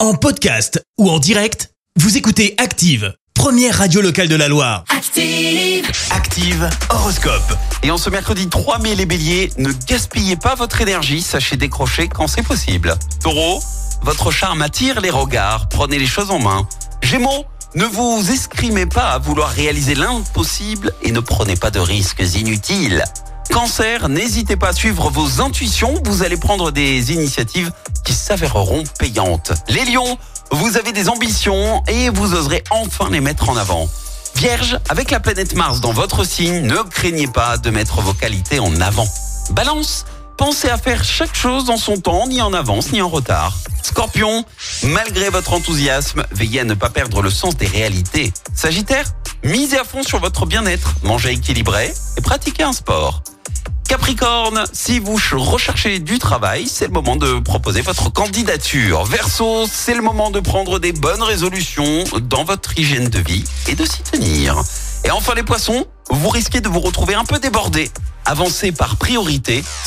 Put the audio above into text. En podcast ou en direct, vous écoutez Active, première radio locale de la Loire. Active. Active Horoscope. Et en ce mercredi 3 mai, les béliers, ne gaspillez pas votre énergie, sachez décrocher quand c'est possible. Taureau, votre charme attire les regards, prenez les choses en main. Gémeaux, ne vous escrimez pas à vouloir réaliser l'impossible et ne prenez pas de risques inutiles. Cancer, n'hésitez pas à suivre vos intuitions, vous allez prendre des initiatives qui s'avéreront payantes. Les lions, vous avez des ambitions et vous oserez enfin les mettre en avant. Vierge, avec la planète Mars dans votre signe, ne craignez pas de mettre vos qualités en avant. Balance, pensez à faire chaque chose dans son temps, ni en avance, ni en retard. Scorpion, malgré votre enthousiasme, veillez à ne pas perdre le sens des réalités. Sagittaire, misez à fond sur votre bien-être, mangez équilibré et pratiquez un sport. Capricorne, si vous ch- recherchez du travail, c'est le moment de proposer votre candidature. Verseau, c'est le moment de prendre des bonnes résolutions dans votre hygiène de vie et de s'y tenir. Et enfin les poissons, vous risquez de vous retrouver un peu débordé. Avancez par priorité